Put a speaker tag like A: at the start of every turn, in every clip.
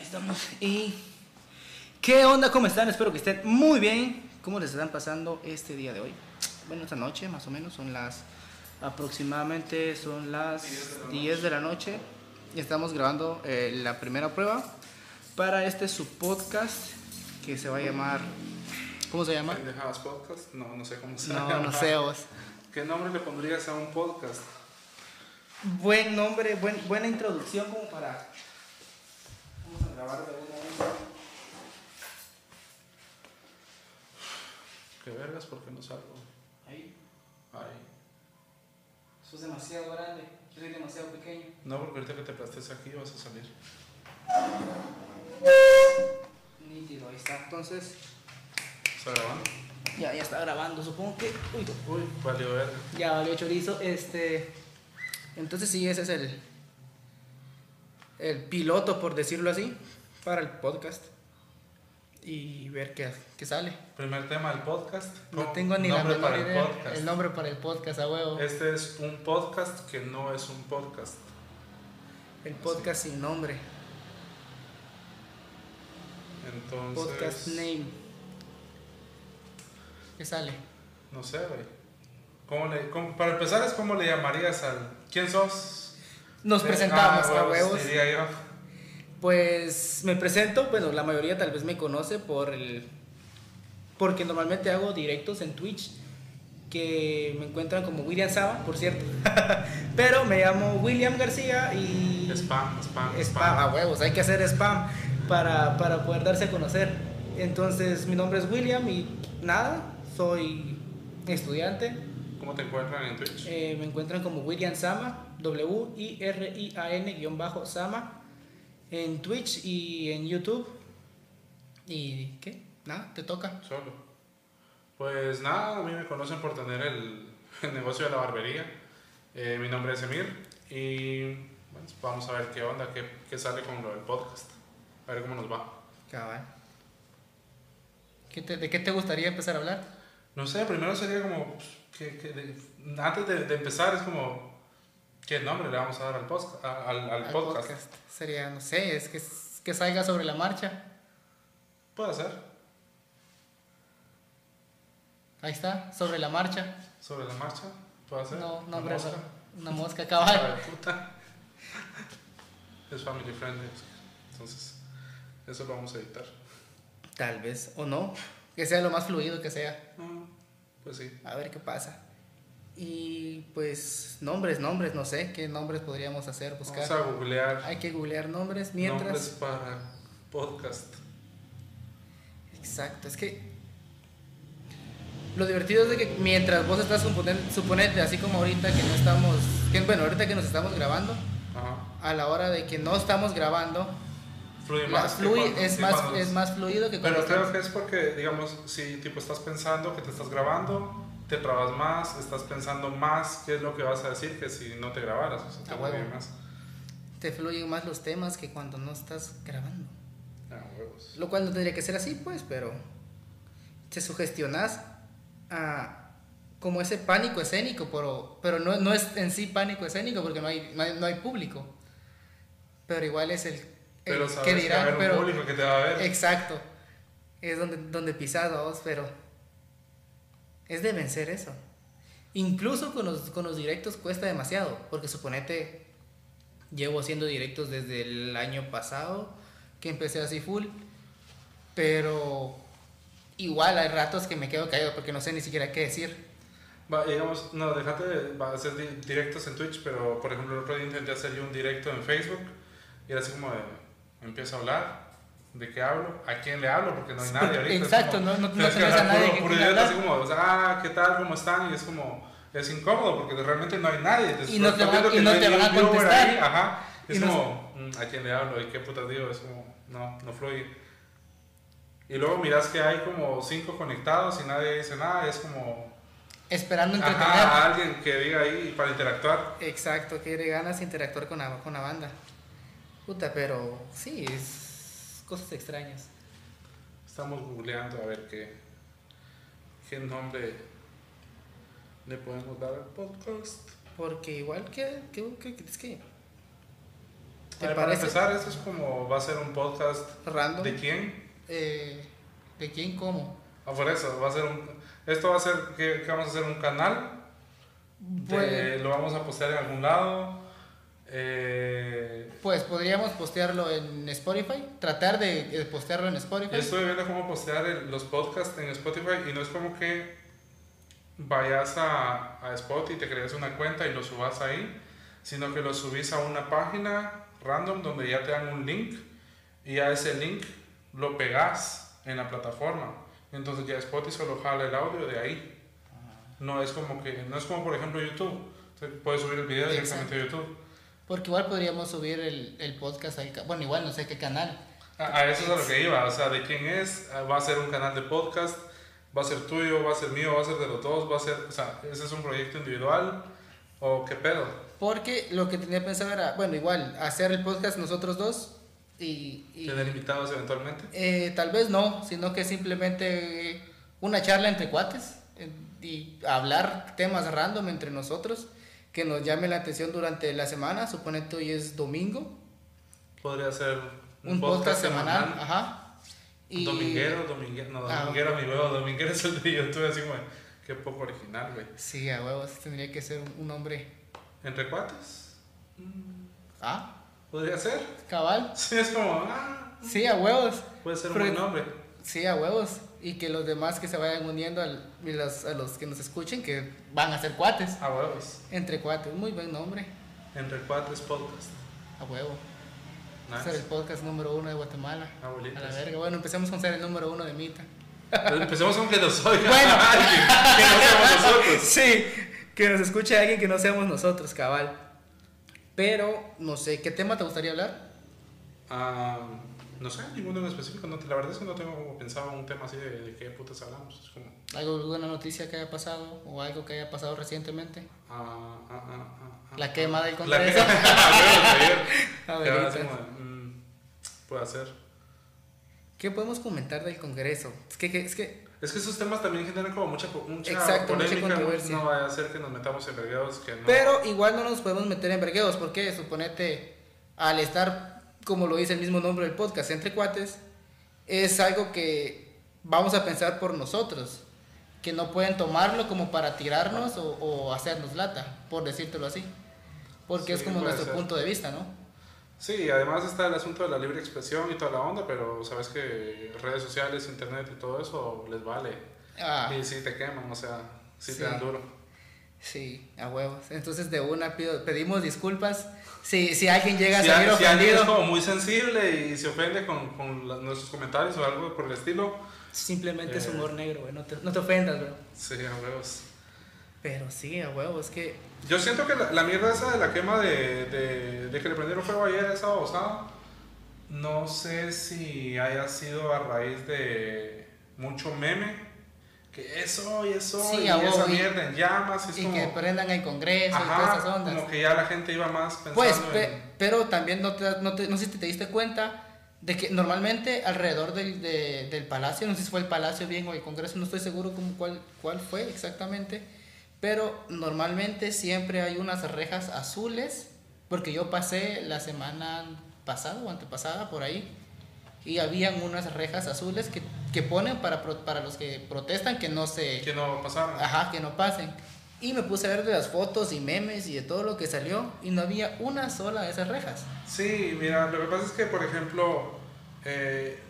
A: estamos. ¿Y qué onda? ¿Cómo están? Espero que estén muy bien. ¿Cómo les están pasando este día de hoy? Bueno, esta noche más o menos son las aproximadamente son las 10 de la noche. Y estamos grabando eh, la primera prueba para este su podcast que se va a llamar ¿Cómo se llama?
B: ¿Pendejabas podcast? No, no sé cómo se
A: No,
B: llama.
A: no sé vos.
B: ¿Qué nombre le pondrías a un podcast?
A: Buen nombre, buen- buena introducción como para Vamos a grabar de una a una.
B: ¿Qué vergas? ¿Por qué no salgo?
A: Ahí.
B: Ay.
A: Sos demasiado grande, yo soy demasiado pequeño.
B: No, porque ahorita que te aplastes aquí vas a salir.
A: Nítido, ahí está. Entonces,
B: ¿Está grabando?
A: ya, ya está grabando, supongo que. Uy,
B: Uy, valió verga.
A: ya valió chorizo. Este. Entonces, sí, ese es el. El piloto, por decirlo así, para el podcast. Y ver qué, qué sale.
B: Primer tema del podcast.
A: No
B: Pon-
A: tengo ni la
B: nombre
A: menor
B: para
A: idea.
B: el podcast.
A: El nombre para el podcast, a huevo.
B: Este es un podcast que no es un podcast.
A: El podcast sin nombre.
B: Entonces.
A: Podcast name. ¿Qué sale?
B: Ah, No sé, güey. ¿Cómo le- cómo- para empezar, es cómo le llamarías al. ¿Quién sos?
A: Nos
B: Eh,
A: presentamos,
B: ah,
A: a huevos.
B: Diría yo.
A: Pues me presento, bueno, la mayoría tal vez me conoce por el... Porque normalmente hago directos en Twitch que me encuentran como William Saba, por cierto. Pero me llamo William García y...
B: Spam, spam,
A: Spam, a huevos, hay que hacer spam para, para poder darse a conocer. Entonces, mi nombre es William y nada, soy estudiante.
B: ¿Cómo te encuentran en Twitch?
A: Eh, me encuentran como William Sama, W-I-R-I-A-N-Sama, en Twitch y en YouTube. ¿Y qué? Nada, te toca.
B: Solo. Pues nada, a mí me conocen por tener el, el negocio de la barbería. Eh, mi nombre es Emir y bueno, vamos a ver qué onda, qué, qué sale con lo del podcast. A ver cómo nos va.
A: Cabal. ¿Qué te- ¿De qué te gustaría empezar a hablar?
B: No sé, primero sería como, pues, que, que de- antes de, de empezar es como, ¿qué nombre le vamos a dar al, podcast, al, al
A: Al
B: podcast?
A: Sería, no sé, es que, es que salga sobre la marcha.
B: Puede ser,
A: Ahí está, sobre la marcha.
B: sobre la marcha, puede ser.
A: No,
B: La
A: no, hombre,
B: mosca.
A: una mosca,
B: Hija
A: cabal.
B: de puta. Es family friendly. pues, Entonces, eso lo vamos a editar.
A: Tal vez, o no. Que sea lo más fluido que sea.
B: Pues sí.
A: A ver qué pasa. Y pues nombres, nombres, no sé qué nombres podríamos hacer, buscar.
B: Vamos a googlear
A: Hay que googlear nombres mientras.
B: nombres para podcast.
A: Exacto, es que lo divertido es de que mientras vos estás suponen- suponete, así como ahorita que no estamos, que, bueno, ahorita que nos estamos grabando,
B: Ajá.
A: a la hora de que no estamos grabando,
B: Fluye
A: la
B: más. que
A: flui-
B: cuando-
A: es,
B: que
A: más,
B: cuando-
A: es más fluido que cuando
B: Pero creo
A: estamos-
B: que es porque, digamos, si tipo estás pensando que te estás grabando, te trabas más, estás pensando más qué es lo que vas a decir que si no te grabaras. O sea, te
A: A huevo.
B: fluye más.
A: te fluyen más los temas que cuando no estás grabando.
B: Ah, huevos.
A: Lo cual no tendría que ser así, pues, pero te sugestionas a como ese pánico escénico, pero, pero no, no es en sí pánico escénico porque no hay, no hay, no hay público. Pero igual es el, el
B: Pero sabes que va a haber un público que te va a ver.
A: exacto. Es donde, donde pisado vos, pero es de vencer eso. Incluso con los, con los directos cuesta demasiado, porque suponete, llevo haciendo directos desde el año pasado, que empecé así full, pero igual hay ratos que me quedo caído porque no sé ni siquiera qué decir.
B: Va, digamos, no, dejate de va a hacer di- directos en Twitch, pero por ejemplo, el otro día intenté hacer yo un directo en Facebook y era así como de, empiezo a hablar, ¿de qué hablo? ¿A quién le hablo? Porque no hay
A: Sí,
B: nadie
A: porque-
B: ahorita. es
A: exacto,
B: como,
A: no- no- no
B: tienes que
A: tenés a
B: hablar
A: nadie
B: puro-
A: que
B: puro
A: quiera
B: idiota,
A: hablar.
B: así como, o sea, ah, ¿qué tal? ¿Cómo están? Y es como, es incómodo porque realmente no hay nadie.
A: Y no
B: estás
A: te van-
B: viendo que
A: y no
B: hay
A: te
B: ni
A: van
B: un
A: a
B: viewer
A: contestar.
B: ahí, ajá.
A: Y
B: Es
A: no-
B: como, mm, ¿a quién le hablo? ¿Y qué putas digo? Es como, no, no fluye. Y luego miras que hay como cinco conectados y nadie dice nada, es como,
A: Esperando entretener.
B: Ajá, a alguien que diga ahí para interactuar.
A: Exacto, que le ganas de interactuar con la, con la banda. Puta, pero sí, es cosas extrañas.
B: Estamos googleando a ver qué, qué nombre le podemos dar al podcast.
A: Porque igual que, que, que- que- es que ¿Te
B: Vale, para
A: parece?
B: empezar, esto es como va a ser un podcast
A: Random.
B: de quién.
A: Eh, ¿De quién? ¿Cómo?
B: Ah, por eso, va a ser un, esto va a ser que, que vamos a hacer un canal, de-
A: Pues,
B: lo vamos a postear en algún lado. Eh,
A: pues podríamos postearlo en Spotify. Tratar de de postearlo en Spotify.
B: Yo estuve viendo cómo postear el- los podcasts en Spotify y no es como que vayas a, a Spotify y te creas una cuenta y lo subas ahí, sino que lo subís a una página random donde ya te dan un link y a ese link lo pegas en la plataforma. Entonces ya Spotify solo jala el audio de ahí. No es como que no es como por ejemplo YouTube. Te Puedes subir el video directamente a YouTube.
A: Porque igual podríamos subir el, el podcast al ca- Bueno, igual no sé qué canal.
B: A, a eso es a lo que iba, o sea, de quién es, ah, va a ser un canal de podcast, va a ser tuyo, va a ser mío, va a ser de los dos, va a ser, o sea, ese es un proyecto individual o qué pedo.
A: Porque lo que tenía pensado era, bueno, igual, hacer el podcast nosotros dos y... y-
B: Tener invitados eventualmente.
A: eh, tal vez no, sino que simplemente eh, una charla entre cuates eh, y hablar temas random entre nosotros que nos llame la atención durante la semana. Suponete hoy es domingo,
B: Podría ser
A: un, podcast, semanal. Ajá. Y,
B: Dominguero, dominguero, no,
A: Ah,
B: dominguero mi huevo, dominguero es el de YouTube, así como, qué poco original, güey.
A: Sí, a huevos, tendría que ser un, un hombre.
B: ¿Entre cuates? Mm,
A: Ah,
B: ¿Podría ser?
A: cabal.
B: Sí, es como, ah,
A: Sí, a huevos.
B: puede ser un
A: Pero-
B: buen nombre.
A: Sí, a huevos. Y que los demás que se vayan uniendo al- y las- a los que nos escuchen, que van a ser cuates.
B: A Ah, huevos.
A: Entre cuates, muy buen nombre.
B: Entre cuates podcast.
A: A huevo.
B: Nice. Ah,
A: Ser el podcast número uno de Guatemala. A
B: Abuelitas.
A: la verga. Bueno, empecemos con ser el número uno de Mita.
B: Pues empecemos con que nos oiga
A: Bueno.
B: alguien, que no seamos nosotros.
A: sí, que nos escuche alguien que no seamos nosotros, cabal. Pero, no sé, ¿qué tema te gustaría hablar?
B: Ah, no sé, ninguno en específico. No, te- la verdad es que no tengo como pensado un tema así de, de qué putas hablamos. Es como,
A: ¿Algo, alguna noticia que haya pasado o algo que haya pasado recientemente?
B: ah, ah, ah, ah, ah.
A: La quema del
B: La que
A: Congreso.
B: a ver,
A: Abuelitas.
B: ayer. Que ahora es como, mm, Puede ser.
A: ¿Qué podemos comentar del Congreso? Es que, que- es que
B: Es que esos temas también generan como mucha, po- mucha
A: Exacto, mucha
B: polémica.
A: controversia.
B: No vaya a ser que nos metamos en vergados que no.
A: Pero igual no nos podemos meter en vergueos, porque suponete, al estar, como lo dice el mismo nombre del podcast, entre cuates, es algo que vamos a pensar por nosotros, que no pueden tomarlo como para tirarnos o, o hacernos lata, por decírtelo así, porque es
B: Sí,
A: como
B: puede
A: nuestro
B: ser.
A: punto de vista, ¿no?
B: Sí, además está el asunto de la libre expresión y toda la onda, pero sabes que redes sociales, internet y todo eso les vale.
A: Ah,
B: Y sí te queman, o sea, sí,
A: Sí.
B: te dan duro.
A: sí, a huevos. Entonces de una pido- pedimos disculpas si, si alguien llega a
B: Si,
A: salir
B: al- si alguien
A: ofendido.
B: es como muy sensible y se ofende con, con la- nuestros comentarios o algo por el estilo,
A: Simplemente es
B: Eh.
A: humor negro, güey, no te, no te ofendas, bro.
B: sí, a huevos.
A: Pero sí, a huevos, es que...
B: Yo siento que la, la mierda esa de la quema de, de, de que le prendieron fuego ayer, esa babosada, no sé si haya sido a raíz de mucho meme, que eso y eso
A: Sí,
B: y
A: a
B: esa
A: huevo, y-
B: mierda en llamas, y es
A: Y
B: como,
A: que prendan el Congreso y todas esas
B: ajá,
A: ondas.
B: como que ya la gente iba más pensando
A: Pues, pe-
B: en...
A: pero también no, te, no, te- no sé si te diste cuenta de que normalmente alrededor del, de- del palacio, no sé si fue el palacio bien o el Congreso, no estoy seguro cómo, cuál, cuál fue exactamente, pero normalmente siempre hay unas rejas azules, porque yo pasé la semana pasada o antepasada por ahí y habían unas rejas azules que, que ponen para, pro- para los que protestan que no se...
B: que no pasaron.
A: Ajá, que no pasen. Y me puse a ver de las fotos y memes y de todo lo que salió y no había una sola de esas rejas.
B: Sí, mira, lo que pasa es que, por ejemplo, eh,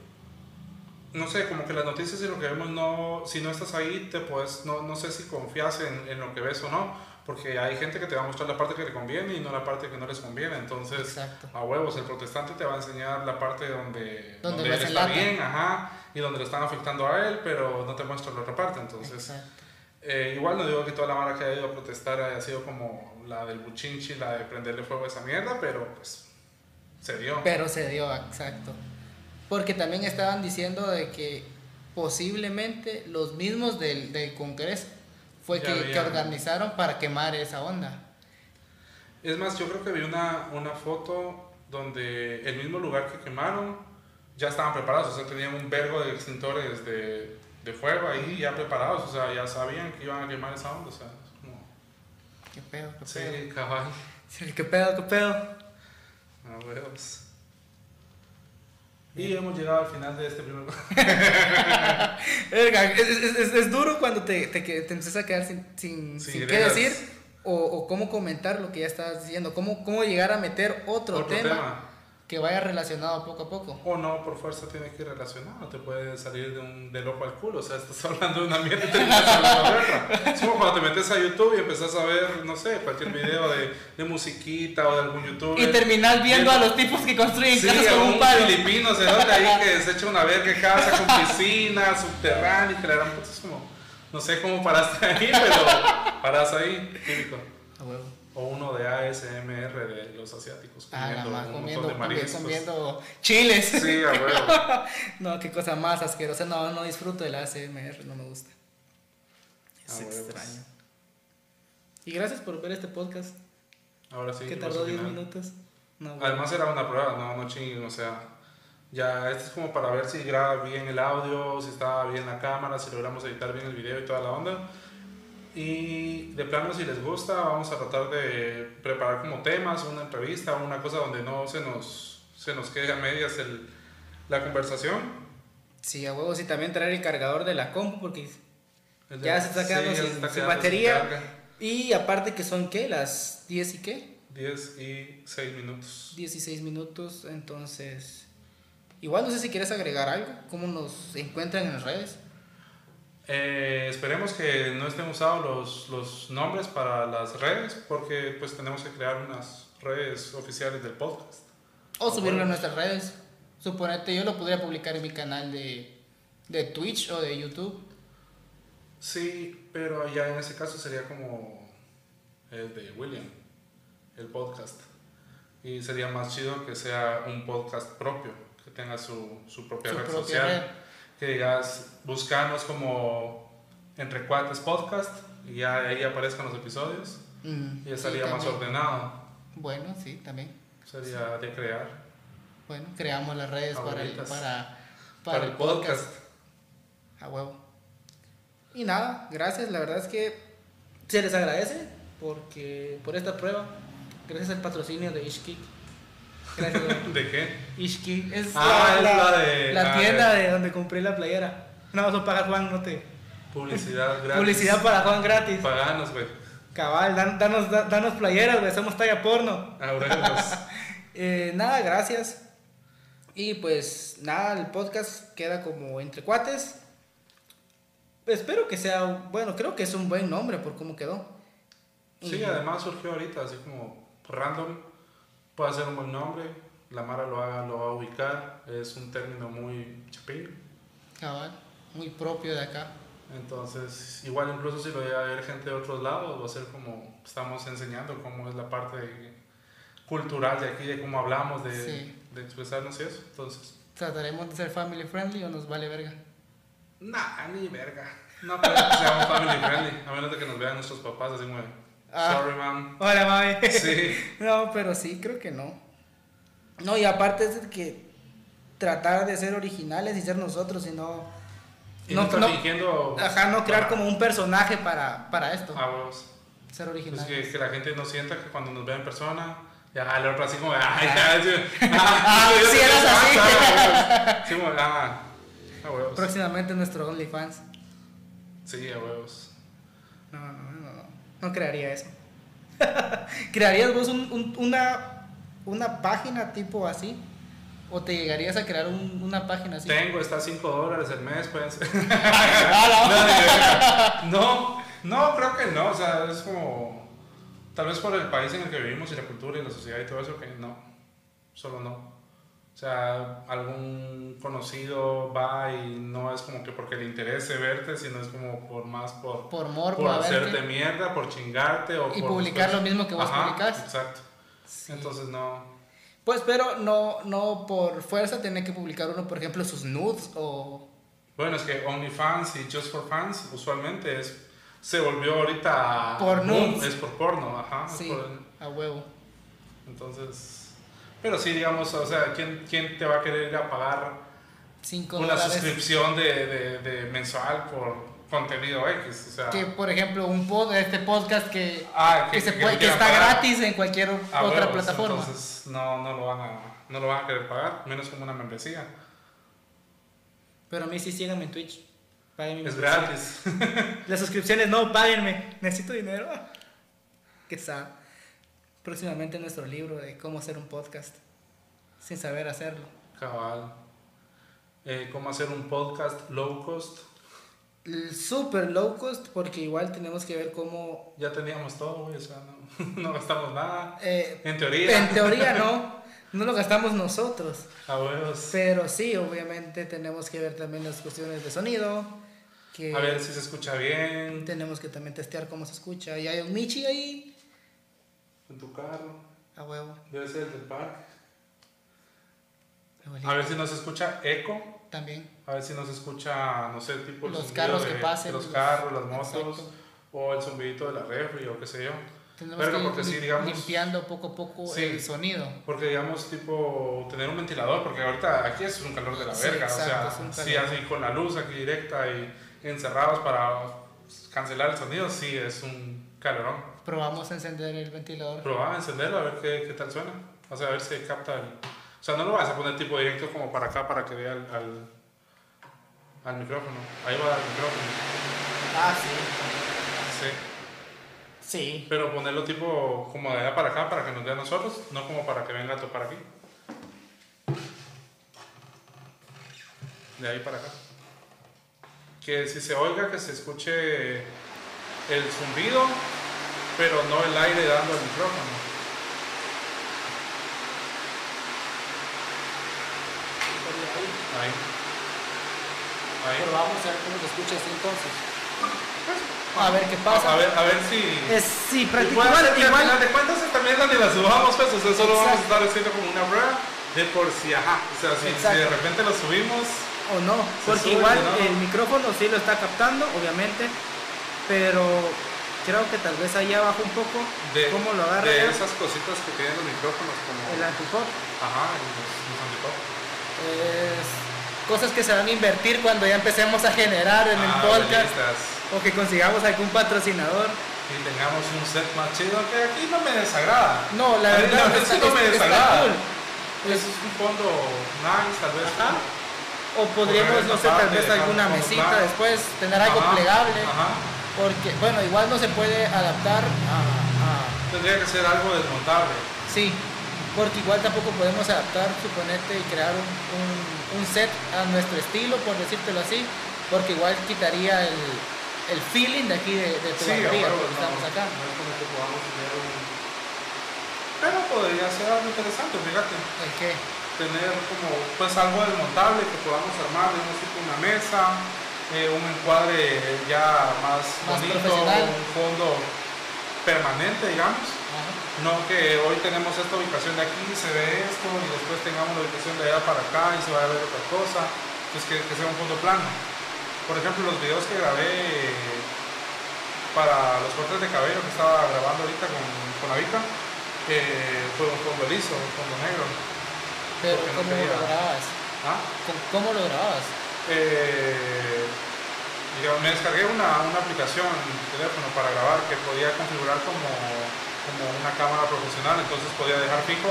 B: no sé, como que las noticias y lo que vemos, no, si no estás ahí, te puedes, no, no sé si confías en, en lo que ves o no, porque hay gente que te va a mostrar la parte que le conviene y no la parte que no les conviene, entonces,
A: Exacto.
B: a huevos, el protestante te va a enseñar la parte donde,
A: Donde
B: donde
A: lo
B: él
A: hacen
B: está
A: lata.
B: bien, ajá, y donde lo están afectando a él, pero no te muestra la otra parte, entonces...
A: Exacto.
B: Eh, igual no digo que toda la mara que haya ido a protestar haya sido como la del buchinchi, la de prenderle fuego a esa mierda, pero pues se dio.
A: Pero se dio, exacto. Porque también estaban diciendo de que posiblemente los mismos del, del Congreso fue
B: Ya
A: que,
B: habían.
A: que organizaron para quemar esa onda.
B: Es más, yo creo que vi una, una foto donde el mismo lugar que quemaron ya estaban preparados, o sea, tenían un vergo de extintores de, de fuego ahí ya preparados, o sea, ya sabían que iban a quemar esa onda, o sea, es como,
A: Qué pedo, qué pedo.
B: sí, cabal.
A: Sí, qué pedo, qué pedo.
B: A Ah, huevos. Y hemos llegado al final de este primer.
A: Verga, es, es- es- es duro cuando te, te, que- te empiezas a quedar sin, sin,
B: Sin
A: sin qué
B: ideas.
A: decir o, o cómo comentar lo que ya estabas diciendo, cómo, cómo llegar a meter otro,
B: Otro
A: tema,
B: tema.
A: que vaya relacionado poco a poco.
B: O no, por fuerza tiene que ir relacionado, te puede salir de un, del ojo al culo, o sea, estás hablando de una mierda y terminas hablando de otra. Es como cuando te metes a YouTube y empezás a ver, no sé, cualquier video de, de musiquita o de algún youtuber.
A: Y terminar viendo a los tipos que construyen
B: Sí,
A: casas
B: a
A: con
B: un
A: un palo.
B: filipino se nota ahí que se echa una verga en casa con piscina, subterránea y que le harán putas como, no sé cómo paraste ahí, pero parás ahí, típico.
A: A huevo.
B: O uno de ASMR de los asiáticos
A: Ah, la
B: comiendo
A: más,
B: un montón
A: comiendo,
B: de mariscos.
A: comiendo chiles.
B: Sí, a huevo.
A: No, qué cosa más asquerosa. No, no disfruto del ASMR, no me gusta. Es
B: Ah, huevos.
A: extraño. Y gracias por ver este podcast,
B: Ahora sí.
A: que
B: vas
A: tardó
B: al
A: 10
B: final.
A: minutos. No, güey.
B: Además era una prueba, no, no chinguen, o sea, ya esto es como para ver si graba bien el audio, si está bien la cámara, si logramos editar bien el video y toda la onda. Y de plano, si les gusta, vamos a tratar de preparar como temas, una entrevista, una cosa donde no se nos, se nos quede a medias el- la conversación.
A: Sí, a huevos. Y también traer el cargador de la compu, porque.
B: El
A: Ya se está quedando
B: ya se
A: sin-
B: está
A: sin
B: quedando
A: batería.
B: carga.
A: Y aparte que son, ¿qué? Las 10 y qué?
B: 10 y 6 minutos.
A: 16 minutos, entonces... Igual no sé si quieres agregar algo, cómo nos encuentran en las redes.
B: Eh, esperemos que no estén usados los, los nombres para las redes porque pues tenemos que crear unas redes oficiales del podcast.
A: O
B: Ah,
A: subirlo
B: bueno.
A: a nuestras redes. Suponete, yo lo podría publicar en mi canal de, de Twitch o de YouTube.
B: Sí, pero ya en ese caso sería como el de William, el podcast. Y sería más chido que sea un podcast propio, que tenga su, su propia
A: Su
B: red
A: propia
B: social.
A: red.
B: Que digas, buscarnos como entre cuates podcast y ya ahí aparezcan los episodios
A: Mm,
B: y ya
A: sí,
B: estaría más
A: también.
B: ordenado.
A: Bueno, sí, también.
B: Sería de crear.
A: Bueno, creamos las redes para el,
B: Favoritas.
A: para,
B: para, el podcast.
A: A Ah, huevo. Y nada, gracias. La verdad es que se les agradece porque por esta prueba. Gracias al patrocinio de Ishkick. Gracias. don
B: ¿De qué?
A: Ishkick es
B: Ah,
A: la,
B: es la
A: la-
B: de-
A: la
B: ah,
A: tienda
B: ya.
A: de donde compré la playera. No, eso paga Juan, no te.
B: Publicidad gratis.
A: Publicidad para Juan gratis.
B: Paganos, güey.
A: Cabal, dan- danos, da- danos playeras, güey. Somos talla porno.
B: Aurelos.
A: Eh, nada, gracias. Y pues nada, el podcast queda como entre cuates. Espero que sea, bueno, creo que es un buen nombre por cómo quedó.
B: sí,
A: Y-
B: además surgió ahorita, así como random. Puede ser un buen nombre. La Mara lo, haga, lo va a ubicar. Es un término muy chapín.
A: Cabal, muy propio de acá.
B: Entonces, igual incluso si lo llega a ver gente de otros lados, va a ser como estamos enseñando cómo es la parte cultural de aquí, de cómo hablamos, de,
A: Sí.
B: de expresarnos y eso. Entonces,
A: ¿Trataremos de ser family friendly o nos vale verga?
B: Nah, ni verga. No pues, creo que seamos family friendly, a menos de que nos vean nuestros papás así como,
A: Ah.
B: sorry mom.
A: Hola, mami.
B: Sí,
A: No, pero sí, creo que no. No, y aparte es de que tratar de ser originales y ser nosotros, sino...
B: y
A: no-
B: no,
A: no-
B: está fingiendo.
A: Ajá, no crear
B: Ah,
A: como un personaje para, para esto.
B: ah, huevos.
A: Ser
B: Pues
A: original.
B: que, que la gente no sienta que cuando nos vea en persona, ya la otra así como, ay, ya, sí, ah, yo
A: sí,
B: te-
A: eras
B: ah,
A: así.
B: ah, huevos. Sí, como, ah, a huevos.
A: Próximamente nuestro OnlyFans.
B: Sí, a huevos.
A: No, no, no, no. No crearía eso. ¿Crearías vos un- un- una, una página tipo así? ¿O te llegarías a crear un- una página así?
B: Tengo, está 5 dólares el mes, pues.
A: Ah, no.
B: No, no, creo que no. O sea, es como. Tal vez por el país en el que vivimos y la cultura y la sociedad y todo eso, que no. Solo no. O sea, algún conocido va y no es como que porque le interese verte, sino es como por más por,
A: Por morbo,
B: por
A: a ver
B: hacerte
A: qué.
B: mierda, por chingarte o
A: Y
B: por
A: publicar lo mismo que vos
B: Ajá,
A: publicás.
B: Exacto. Entonces no.
A: Pues, pero no, no por fuerza tener que publicar uno, por ejemplo, sus nudes o...
B: Bueno, es que OnlyFans y Just for Fans usualmente es, se volvió ahorita.
A: Porno.
B: boom, Es por porno, ajá. es
A: Sí,
B: por-
A: a huevo.
B: Entonces, pero sí, digamos, o sea, ¿quién, quién te va a querer ir a pagar
A: Cinco
B: una
A: dólares.
B: suscripción de, de- de mensual por, contenido X, o sea...
A: Que, por ejemplo, un pod, este podcast que,
B: Ah,
A: que, se
B: que-
A: puede, que
B: que
A: está
B: pagar.
A: gratis en cualquier
B: Ah,
A: otra
B: huevos,
A: plataforma.
B: Entonces no, no, lo van a, no lo van a querer pagar, menos como una membresía.
A: Pero a mí sí síganme en Twitch. Páguenme.
B: Es gratis.
A: Las suscripciones no, páguenme. Necesito dinero. Que está próximamente nuestro libro de cómo hacer un podcast sin saber hacerlo.
B: Cabal. Eh, ¿Cómo hacer un podcast low cost?
A: L- Super low cost porque igual tenemos que ver cómo...
B: Ya teníamos todo, güey, o sea, no, no gastamos nada.
A: eh,
B: En teoría,
A: en teoría no, no lo gastamos nosotros.
B: a huevos.
A: Pero sí, obviamente tenemos que ver también las cuestiones de sonido. Que
B: A ver si se escucha bien
A: tenemos que también testear cómo se escucha. Y hay un Michi ahí.
B: en tu carro.
A: A huevo.
B: Debe ser el del parque.
A: abuelito,
B: A ver si nos escucha eco.
A: También.
B: A ver si nos escucha, no sé, tipo el
A: Los
B: zumbido
A: carros
B: de-
A: que pasen,
B: Los
A: los-
B: carros, las motos.
A: Exacto.
B: O el zumbidito de la refri o qué sé yo.
A: Tenemos
B: Verga,
A: que ir
B: porque sí,
A: lim-
B: digamos-
A: limpiando poco a poco
B: Sí.
A: el sonido.
B: Porque digamos, tipo, tener un ventilador, porque ahorita aquí es un calor de la
A: Sí,
B: verga,
A: exacto, es
B: o
A: un
B: sea, sí,
A: calor.
B: así con la luz aquí directa y encerrados para cancelar el sonido, sí, es un calorón.
A: Probamos a encender el ventilador.
B: Probá a encenderlo a ver qué, qué tal suena, o sea, a ver si capta el... O sea, no lo vas a poner tipo directo como para acá para que vea al, al, al micrófono. Ahí va el micrófono,
A: Ah, sí.
B: sí.
A: Sí.
B: Pero ponerlo tipo como de allá para acá para que nos vea a nosotros, no como para que venga a topar aquí. De ahí para acá. Que si se oiga, que se escuche el zumbido, pero no el aire dando al micrófono. Ahí. Ahí.
A: Probamos a ver cómo se escucha este entonces. A ver qué
B: A,
A: pasa.
B: a ver, a ver si.
A: Es, sí,
B: Y puede ser
A: prácticamente
B: que al final
A: igual.
B: de cuentas también la ni la subamos, pues, o sea, solo vamos a
A: Exacto.
B: estar haciendo como una prueba de por si, ajá. O sea, si, si
A: Exacto.
B: de repente lo subimos,
A: O no. Porque
B: sube,
A: igual
B: ¿no?
A: el micrófono sí lo está captando, obviamente. Pero creo que tal vez ahí abajo un poco.
B: de,
A: ¿Cómo lo agarra?
B: de esas cositas que tienen los micrófonos, como.
A: El antipop.
B: Ajá, y los, los antipop.
A: Es cosas que se van a invertir cuando ya empecemos a generar en
B: Ah,
A: el podcast.
B: listas.
A: O que consigamos algún patrocinador.
B: Y tengamos un set más chido que aquí no me desagrada.
A: No, la
B: A mí
A: verdad
B: no,
A: está-
B: eso no me
A: está- está
B: desagrada.
A: cool.
B: Es un fondo nice, tal vez.
A: Ajá. O podríamos,
B: Poner
A: no
B: esa
A: sé, tal
B: parte,
A: vez
B: dejar
A: alguna
B: como
A: mesita
B: plan.
A: después, tener algo
B: Ajá,
A: plegable.
B: Ajá.
A: Porque, bueno, igual no se puede adaptar a,
B: Tendría que ser algo desmontable.
A: a- Sí, porque igual tampoco podemos adaptar, suponete, y crear un, un- un set a nuestro estilo, por decírtelo así. Porque igual quitaría el, el feeling de aquí de, de tu
B: a
A: barbería,
B: huevo,
A: porque
B: no,
A: estamos acá.
B: no es como que podamos tener un- Pero podría ser algo interesante, fíjate.
A: ¿El qué?
B: Tener como pues algo desmontable que podamos armar, digamos, tipo una mesa, eh, un encuadre ya más,
A: Más
B: bonito,
A: profesional.
B: un fondo permanente, digamos.
A: Ajá.
B: No que hoy tenemos esta ubicación de aquí, se ve esto, y después tengamos la ubicación de allá para acá y se va a ver otra cosa. Pues que, que sea un fondo plano. Por ejemplo, los videos que grabé para los cortes de cabello que estaba grabando ahorita con, con la Vika, eh, fue un fondo liso, un fondo negro.
A: Pero
B: Porque no
A: ¿cómo
B: quería.
A: lo grababas?
B: ¿ah?
A: ¿Con- ¿Cómo lo grababas?
B: Eh, digamos, me descargué una, una aplicación en mi teléfono para grabar que podía configurar como, como una cámara profesional, entonces podía dejar fijo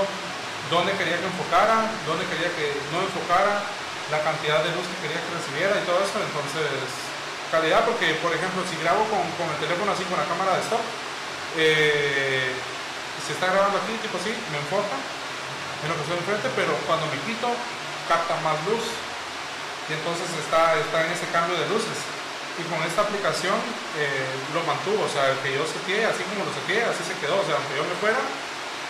B: dónde quería que enfocara, dónde quería que no enfocara, la cantidad de luz que quería que recibiera y todo eso, entonces calidad, porque por ejemplo si grabo con, con el teléfono así con la cámara de stop, eh, se está grabando aquí, tipo así, me enfoca en lo que estoy enfrente, pero cuando me quito capta más luz y entonces está, está en ese cambio de luces. Y con esta aplicación eh, lo mantuvo, o sea, el que yo seteé, así como lo seteé, así se quedó, o sea, aunque yo me fuera,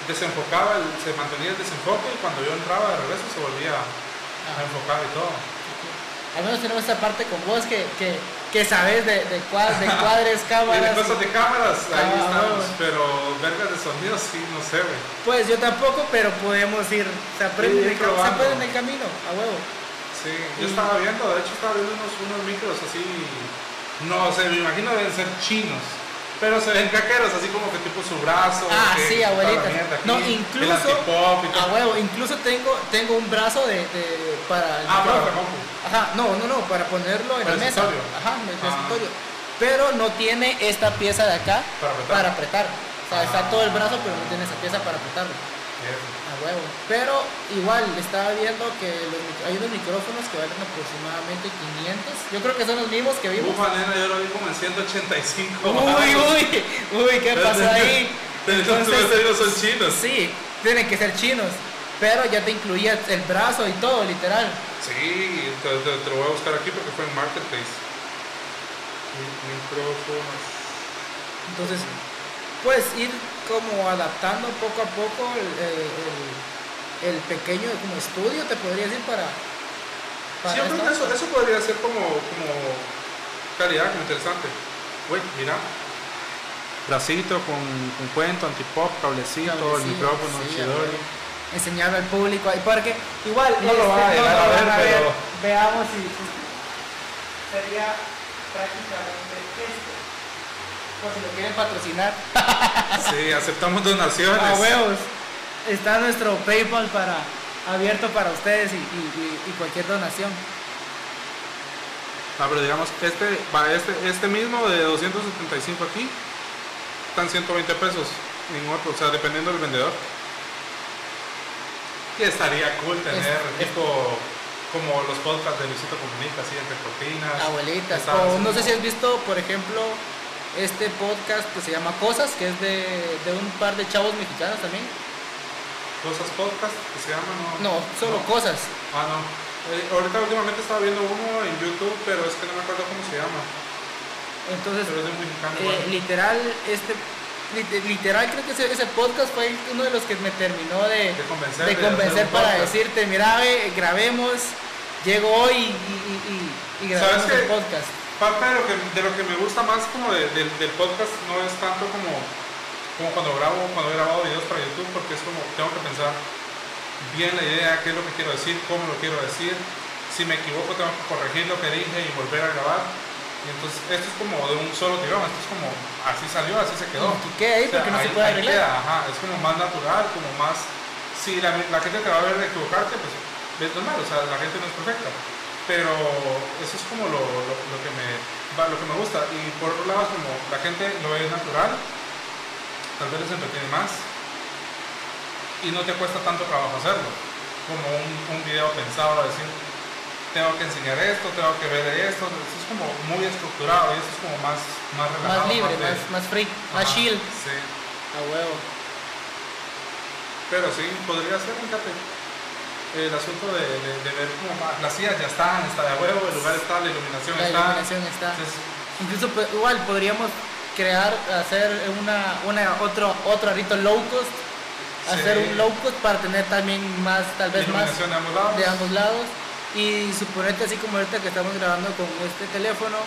B: desenfocaba, el- se mantenía el desenfoque y cuando yo entraba de regreso se volvía a
A: Ajá.
B: enfocar y todo.
A: Al menos tenemos esta parte con vos que, que, que sabes de, de, cua- de cuadres,
B: Y
A: cámaras.
B: de cosas de cámaras, ahí
A: Ah,
B: estamos,
A: bueno.
B: pero vergas de sonido sí, no sé, güey.
A: Pues yo tampoco, pero podemos ir. Se aprende, en el,
B: Ir
A: cam- se
B: probando.
A: aprende en el camino, a huevo.
B: Sí, yo estaba viendo, de hecho estaba viendo unos, unos micros así, no sé, me imagino deben ser chinos, pero se ven caqueros, así como que tipo su brazo.
A: Ah,
B: que
A: sí,
B: toda la
A: abuelita.
B: mierda aquí,
A: No,
B: El
A: incluso-
B: antipop y todo.
A: A huevo, incluso tengo, tengo un brazo de, de- para el
B: Ah, para la
A: micrófono.
B: compu.
A: Ajá, no, no, no, para ponerlo en
B: Para
A: la
B: el
A: mesa.
B: escritorio.
A: Ajá, en el
B: Ah.
A: escritorio. pero no tiene esta pieza de acá
B: Para apretar.
A: para apretar. O sea,
B: Ah.
A: está todo el brazo, pero no tiene esa pieza para apretarlo.
B: Bien.
A: A huevo. Pero igual, estaba viendo que los mic- hay unos micrófonos que valen aproximadamente 500. Yo creo que son los mismos que vimos.
B: Ufa, nena, yo lo vi como en 185.
A: Uy, uy, uy, ¿qué pasó ahí? Entonces,
B: Entonces, no son chinos.
A: sí, tienen que ser chinos. Pero ya te incluía el brazo y todo, literal.
B: Sí, te, te- te lo voy a buscar aquí porque fue en Marketplace. Mi- Micrófonos.
A: Entonces, pues ir como adaptando poco a poco el, el- el- el pequeño como estudio, te podría decir, para... para
B: Sí, yo creo
A: esta-
B: que eso, eso podría ser como, como calidad, como interesante. Güey, mira. Bracito con, con cuento, antipop, cablecito, el
A: Cablecillo,
B: micrófono,
A: sí,
B: el
A: a
B: chidori.
A: ver. enseñarlo al público ahí, porque igual este,
B: No lo van a llegar a
A: lo
B: ver,
A: van
B: pero-
A: veamos si, si- sería prácticamente esto por si lo quieren patrocinar
B: Sí, aceptamos donaciones.
A: a huevos está nuestro PayPal para abierto para ustedes y, y- y- y cualquier donación
B: Ah, pero digamos, este, va, este, este mismo de 275 aquí, están 120 pesos en otro, o sea, dependiendo del vendedor. Y estaría cool tener
A: Es-
B: tipo como los podcasts de Luisito Comunica, así entre cortinas.
A: Ah, abuelitas
B: Está
A: o
B: así
A: no sé
B: como-
A: si has visto por ejemplo este podcast que se llama Cosas que es de, de un par de chavos mexicanos también
B: Cosas podcast que se llaman, ¿no?
A: no solo Cosas
B: Ah, no. Eh, ahorita últimamente estaba viendo uno en YouTube, pero es que no me acuerdo cómo se llama.
A: entonces
B: Pero es de un mexicano.
A: Eh,
B: igual.
A: literal, este, lit- literal creo que ese, ese podcast fue uno de los que me terminó de,
B: de convencer.
A: de convencer para
B: decir
A: decirte, mira, ve, grabemos, llego hoy y, y- y- y grabamos
B: ¿Sabes
A: el
B: qué?
A: podcast.
B: Parte de lo que, de lo que me gusta más como de- del- del podcast no es tanto como, como cuando grabo, cuando he grabado videos para YouTube, porque es como tengo que pensar bien la idea, qué es lo que quiero decir, cómo lo quiero decir. Si me equivoco tengo que corregir lo que dije y volver a grabar. Y entonces esto es como de un solo tirón, esto es como así salió, así se quedó.
A: ¿Y qué ahí?
B: O sea,
A: Porque no se
B: ahí-
A: puede
B: ahí
A: arreglar.
B: queda, ajá, es como más natural, como más... Si la, la gente te va a ver equivocarte, pues es normal, o sea, la gente no es perfecta. Pero eso es como lo, lo, lo que, me, va- lo que me gusta. Y por otro lado, es como la gente lo ve natural, tal vez les entretiene más. Y no te cuesta tanto trabajo hacerlo. Como un, un video pensado, decir, tengo que enseñar esto, tengo que ver esto. Eso es como muy estructurado y eso es como más, más relajado.
A: Más libre,
B: de-
A: más, más free, más
B: Ajá,
A: chill.
B: Sí.
A: A huevo.
B: Pero sí, podría ser, fíjate. El asunto de, de- de ver cómo va. Las sillas ya están, está de huevo, el lugar está, la iluminación
A: La
B: está.
A: iluminación está.
B: Entonces,
A: Incluso pues, igual podríamos crear, hacer una, una otro, otro rito low cost,
B: Sí.
A: hacer un low cost para tener también más, tal vez más
B: iluminación de ambos lados.
A: de ambos lados y suponete así como ahorita que estamos grabando con este teléfono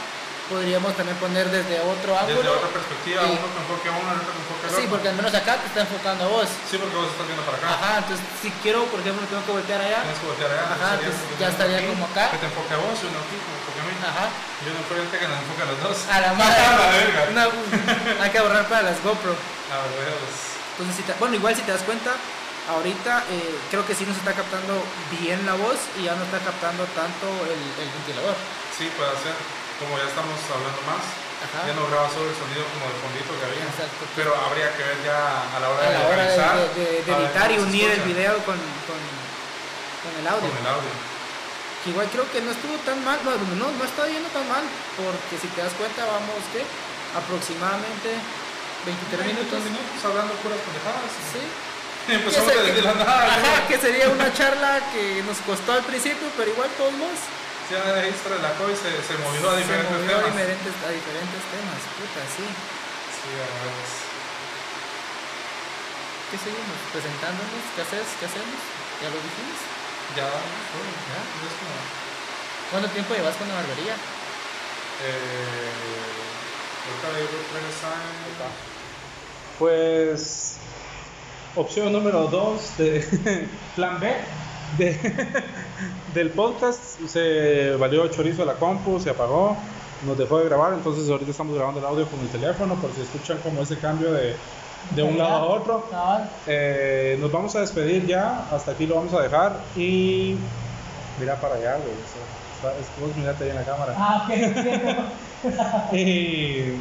A: podríamos también poner desde otro
B: Desde
A: ángulo
B: otra perspectiva,
A: Y-
B: uno que enfoque a uno, el otro que enfoque al otro.
A: sí porque al menos acá te está enfocando a vos
B: Sí, porque vos estás viendo para acá.
A: ajá entonces si quiero por ejemplo tengo que voltear allá
B: Tienes que voltear allá.
A: Ajá,
B: sería
A: pues, ya
B: que te enfoque
A: estaría
B: aquí,
A: como acá.
B: Que te enfoque a vos y uno aquí, que me enfoque a mí.
A: ajá
B: Yo no frente que nos enfoque a los dos.
A: a la madre
B: A la verga.
A: No, hay que ahorrar para las GoPro
B: A ver, pues,
A: entonces si te- bueno igual si te das cuenta ahorita eh, creo que sí nos está captando bien la voz y ya no está captando tanto el, el ventilador
B: sí, puede ser. Como ya estamos hablando más,
A: ajá
B: ya no graba solo el sonido como de fondito que había.
A: Exacto.
B: Pero habría que ver ya a la hora
A: a
B: de
A: la hora de,
B: revisar,
A: de- de- de
B: a ver
A: editar y
B: cómo se
A: unir el
B: escucha
A: video con, con- con el audio.
B: Con el audio.
A: Que igual creo que no estuvo tan mal, no, no, no está yendo tan mal, porque si te das cuenta vamos que aproximadamente 23 minutos.
B: minutos hablando puras pendejadas.
A: Sí.
B: Empezamos
A: Que se-
B: desde la nada.
A: Ajá,
B: ¿no?
A: que sería una charla que nos costó al principio, pero igual todos modos,
B: Ya la historia de la COVID se, se movió a
A: se
B: diferentes
A: movió a
B: temas.
A: diferentes, a diferentes temas, puta, sí.
B: Sí, pues, a ver,
A: ¿Qué seguimos? Presentándonos, ¿qué haces? ¿Qué hacemos? ¿Ya lo dijimos?
B: Ya, uy, ya, ya es como.
A: ¿Cuánto tiempo llevas con la barbería?
B: Eh, ahorita le digo tres años. Pues. Opción número 2 de plan B de- del podcast se valió chorizo a la compu, se apagó, nos dejó de grabar, entonces ahorita estamos grabando el audio con el teléfono por si escuchan como ese cambio de, de un lado a otro.
A: Ah,
B: Eh, nos vamos a despedir ya, hasta aquí lo vamos a dejar y mira para allá, güey. o sea, está- es que vos mirate ahí en la cámara.
A: Ah, ok,
B: y. Eh,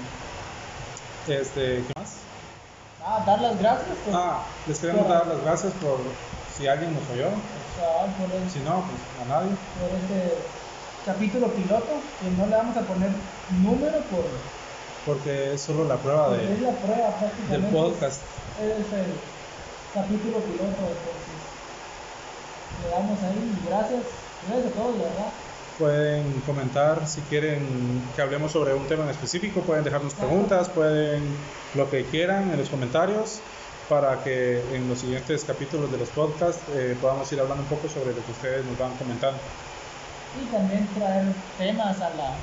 B: Este, ¿qué más?
C: Ah, dar las gracias. Pues,
B: Ah, les queremos dar las gracias por si alguien nos oyó.
C: o sea, por, el-
B: Si no, pues a nadie.
C: por este capítulo piloto, que no le vamos a poner número por,
B: Porque es solo la prueba
C: porque es
B: de,
C: la prueba
B: del
C: prácticamente.
B: podcast.
C: Es el capítulo piloto, entonces le damos ahí y gracias. Gracias a todos, de verdad.
B: Pueden comentar si quieren que hablemos sobre un tema en específico, pueden dejarnos preguntas, pueden lo que quieran en los comentarios para que en los siguientes capítulos de los podcasts eh, podamos ir hablando un poco sobre lo que ustedes nos van comentando.
C: Y también traer temas a la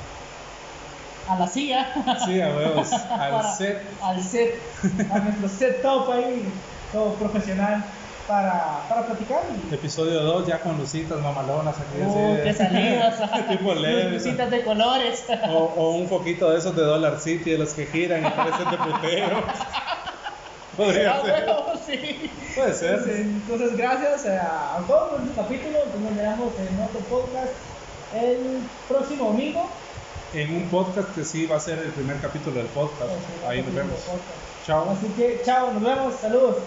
C: a la silla.
B: Sí, a huevos, al
C: Para-
B: set.
C: al set, a nuestro set top ahí, todo profesional, para, para platicar. Y,
B: Episodio 2 ya con lucitas mamalonas aquí.
C: Uh,
B: así. eh,
C: qué salidas,
B: Tipo leve.
C: Lucecitas de colores.
B: O, o un poquito de esos de Dollar City, de los que giran y parecen de putero. Podría
C: Ah,
B: ser.
C: bueno, sí.
B: Puede ser.
C: Entonces, entonces, gracias a, a todos por este capítulo. Entonces, nos veremos en otro podcast el próximo domingo.
B: En un podcast que sí va a ser el primer capítulo del podcast.
C: Pues, sí,
B: Ahí nos
C: próximo
B: vemos.
C: podcast.
B: Chao.
C: Así que, chao, nos vemos, saludos.